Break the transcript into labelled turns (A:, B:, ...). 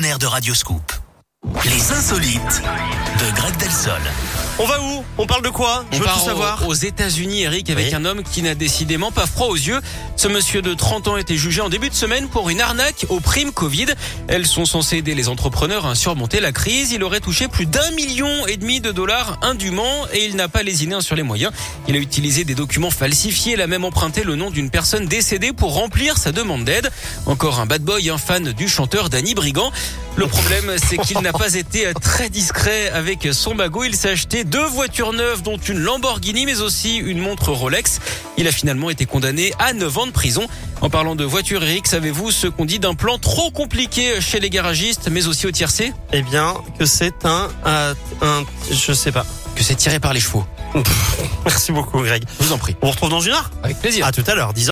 A: partenaire de Radio Scoop. Les insolites de Greg Delsol.
B: On va où On parle de quoi Je
C: On
B: veux
C: part
B: tout savoir.
C: aux- Aux États-Unis, Eric, avec
B: Oui.
C: un homme qui n'a décidément pas froid aux yeux. Ce monsieur de 30 ans a été jugé en début de semaine pour une arnaque aux primes Covid. Elles sont censées aider les entrepreneurs à surmonter la crise. Il aurait touché plus d'un million et demi de dollars indûment et il n'a pas lésiné sur les moyens. Il a utilisé des documents falsifiés. Il a même emprunté le nom d'une personne décédée pour remplir sa demande d'aide. Encore un bad boy, un fan du chanteur Danny Brigand. Le problème, c'est qu'il n'a pas été très discret avec son magot. Il s'est acheté deux voitures neuves, dont une Lamborghini, mais aussi une montre Rolex. Il a finalement été condamné à 9 ans de prison. En parlant de voitures, Eric, savez-vous ce qu'on dit d'un plan trop compliqué chez les garagistes, mais aussi au tiercé
B: Eh bien, que c'est un, euh, un, je sais pas.
C: Que c'est tiré par les chevaux.
B: Merci beaucoup, Greg.
C: Je vous en prie.
B: On vous retrouve dans une heure.
C: Avec plaisir.
B: À tout à l'heure, 10